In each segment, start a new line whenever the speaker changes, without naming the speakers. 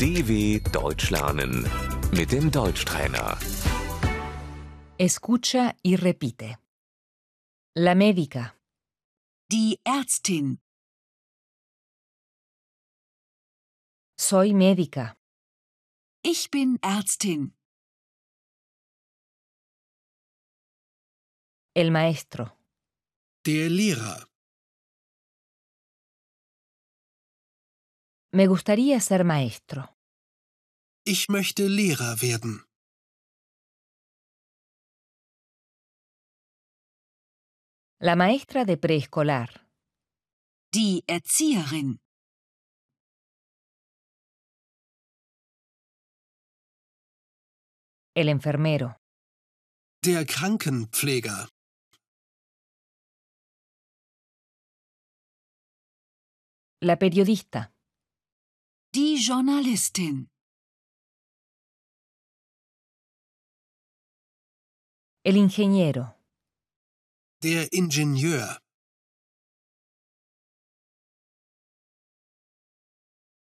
DW Deutsch lernen mit dem Deutschtrainer.
Escucha y repite. La médica,
Die Ärztin.
soy médica,
Ich bin Ärztin.
el maestro,
Der Lehrer.
me gustaría ser maestro,
Ich möchte Lehrer werden.
la maestra de preescolar,
Die Erzieherin.
el enfermero,
Der Krankenpfleger.
la periodista,
Die Journalistin.
el ingeniero,
Der Ingenieur.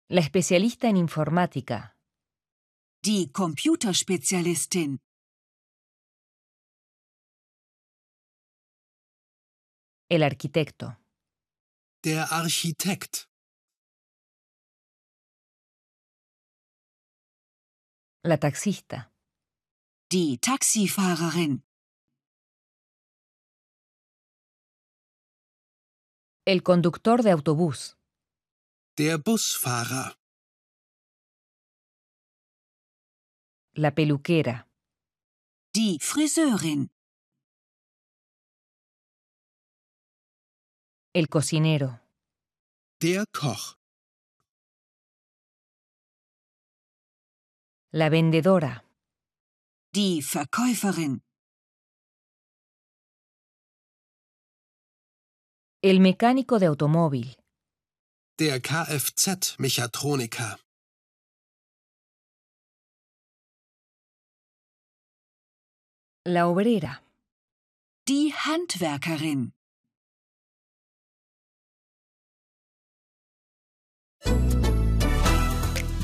la especialista en informática,
Die Computerspezialistin.
el arquitecto,
Der Architekt.
la taxista,
Die Taxifahrerin.
el conductor de autobús,
Der Busfahrer.
la peluquera,
Die Friseurin.
el cocinero,
Der Koch.
la vendedora,
Die Verkäuferin.
el mecánico de automóvil,
Der Kfz-Mechatroniker.
la obrera,
Die Handwerkerin.